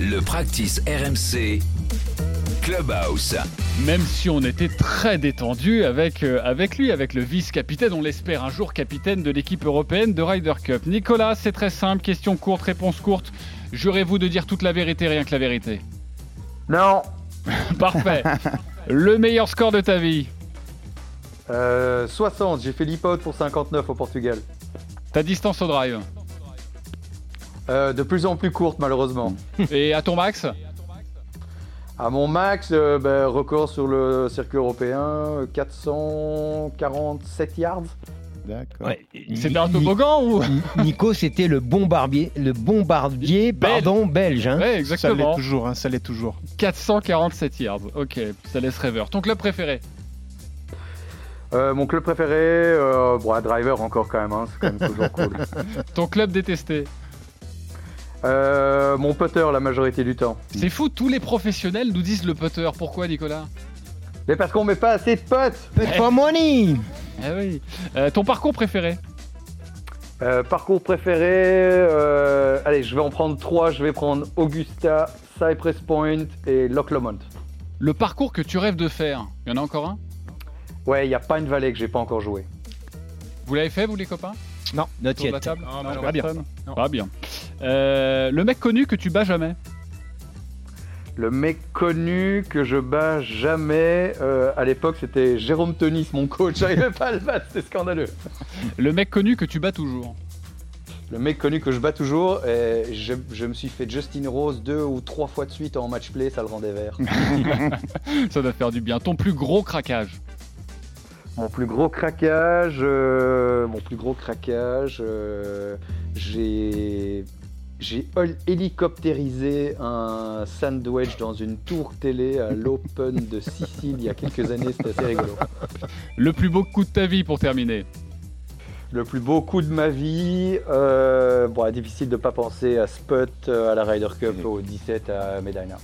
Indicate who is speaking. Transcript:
Speaker 1: Le practice RMC Clubhouse.
Speaker 2: Même si on était très détendu avec, euh, avec lui, avec le vice-capitaine, on l'espère un jour capitaine de l'équipe européenne de Ryder Cup. Nicolas, c'est très simple, question courte, réponse courte. Jurez-vous de dire toute la vérité, rien que la vérité.
Speaker 3: Non,
Speaker 2: Parfait. le meilleur score de ta vie.
Speaker 3: euh, 60, j'ai fait l'hypote pour 59 au Portugal.
Speaker 2: Ta distance au drive.
Speaker 3: Euh, de plus en plus courte malheureusement.
Speaker 2: Et à ton max
Speaker 3: À mon max, euh, ben, record sur le circuit européen, euh, 447 yards.
Speaker 4: D'accord.
Speaker 5: Ouais.
Speaker 2: C'était un toboggan ou
Speaker 5: Ni- Nico, c'était le bombardier, le bombardier,
Speaker 2: Belge.
Speaker 5: pardon, belge. hein.
Speaker 2: Ouais,
Speaker 4: Ça l'est
Speaker 2: exactement.
Speaker 4: toujours, hein, ça l'est toujours.
Speaker 2: 447 yards. Ok, ça laisse rêveur. Ton club préféré
Speaker 3: Euh, mon club préféré, euh, bon, à driver encore quand même, hein, c'est quand même toujours cool.
Speaker 2: Ton club détesté
Speaker 3: Euh, mon putter la majorité du temps.
Speaker 2: C'est fou, tous les professionnels nous disent le putter. Pourquoi, Nicolas
Speaker 3: Mais parce qu'on met pas assez de potes
Speaker 5: Put for money.
Speaker 2: Ah oui. Euh, ton parcours préféré
Speaker 3: Euh, Parcours préféré, euh, allez, je vais en prendre trois. Je vais prendre Augusta, Cypress Point et Loch Lomond.
Speaker 2: Le parcours que tu rêves de faire Il y en a encore un
Speaker 3: Ouais, il y a Pine Valley que j'ai pas encore joué.
Speaker 2: Vous l'avez fait, vous, les copains
Speaker 5: Non, not
Speaker 2: Autour de la
Speaker 5: yet.
Speaker 2: table Ah,
Speaker 6: Non,
Speaker 2: Pas bien.
Speaker 6: personne. Non.
Speaker 2: Pas bien. Euh, le mec connu que tu bats jamais
Speaker 3: Le mec connu que je bats jamais, euh, à l'époque c'était Jérôme Tonis, mon coach, j'arrivais pas à le battre, c'était scandaleux.
Speaker 2: Le mec connu que tu bats toujours
Speaker 3: Le mec connu que je bats toujours, et je, je me suis fait Justin Rose deux ou trois fois de suite en match play, ça le rendait vert.
Speaker 2: Ça doit faire du bien. Ton plus gros craquage
Speaker 3: Mon plus gros craquage, euh, mon plus gros craquage, euh, j'ai j'ai hol- hélicoptérisé un sandwich dans une tour télé à l'Open de Sicile il y a quelques années, c'était assez rigolo.
Speaker 2: Le plus beau coup de ta vie pour terminer
Speaker 3: Le plus beau coup de ma vie, euh, bon, difficile de pas penser à Spot, euh, à la Ryder Cup, au 17 à Medina.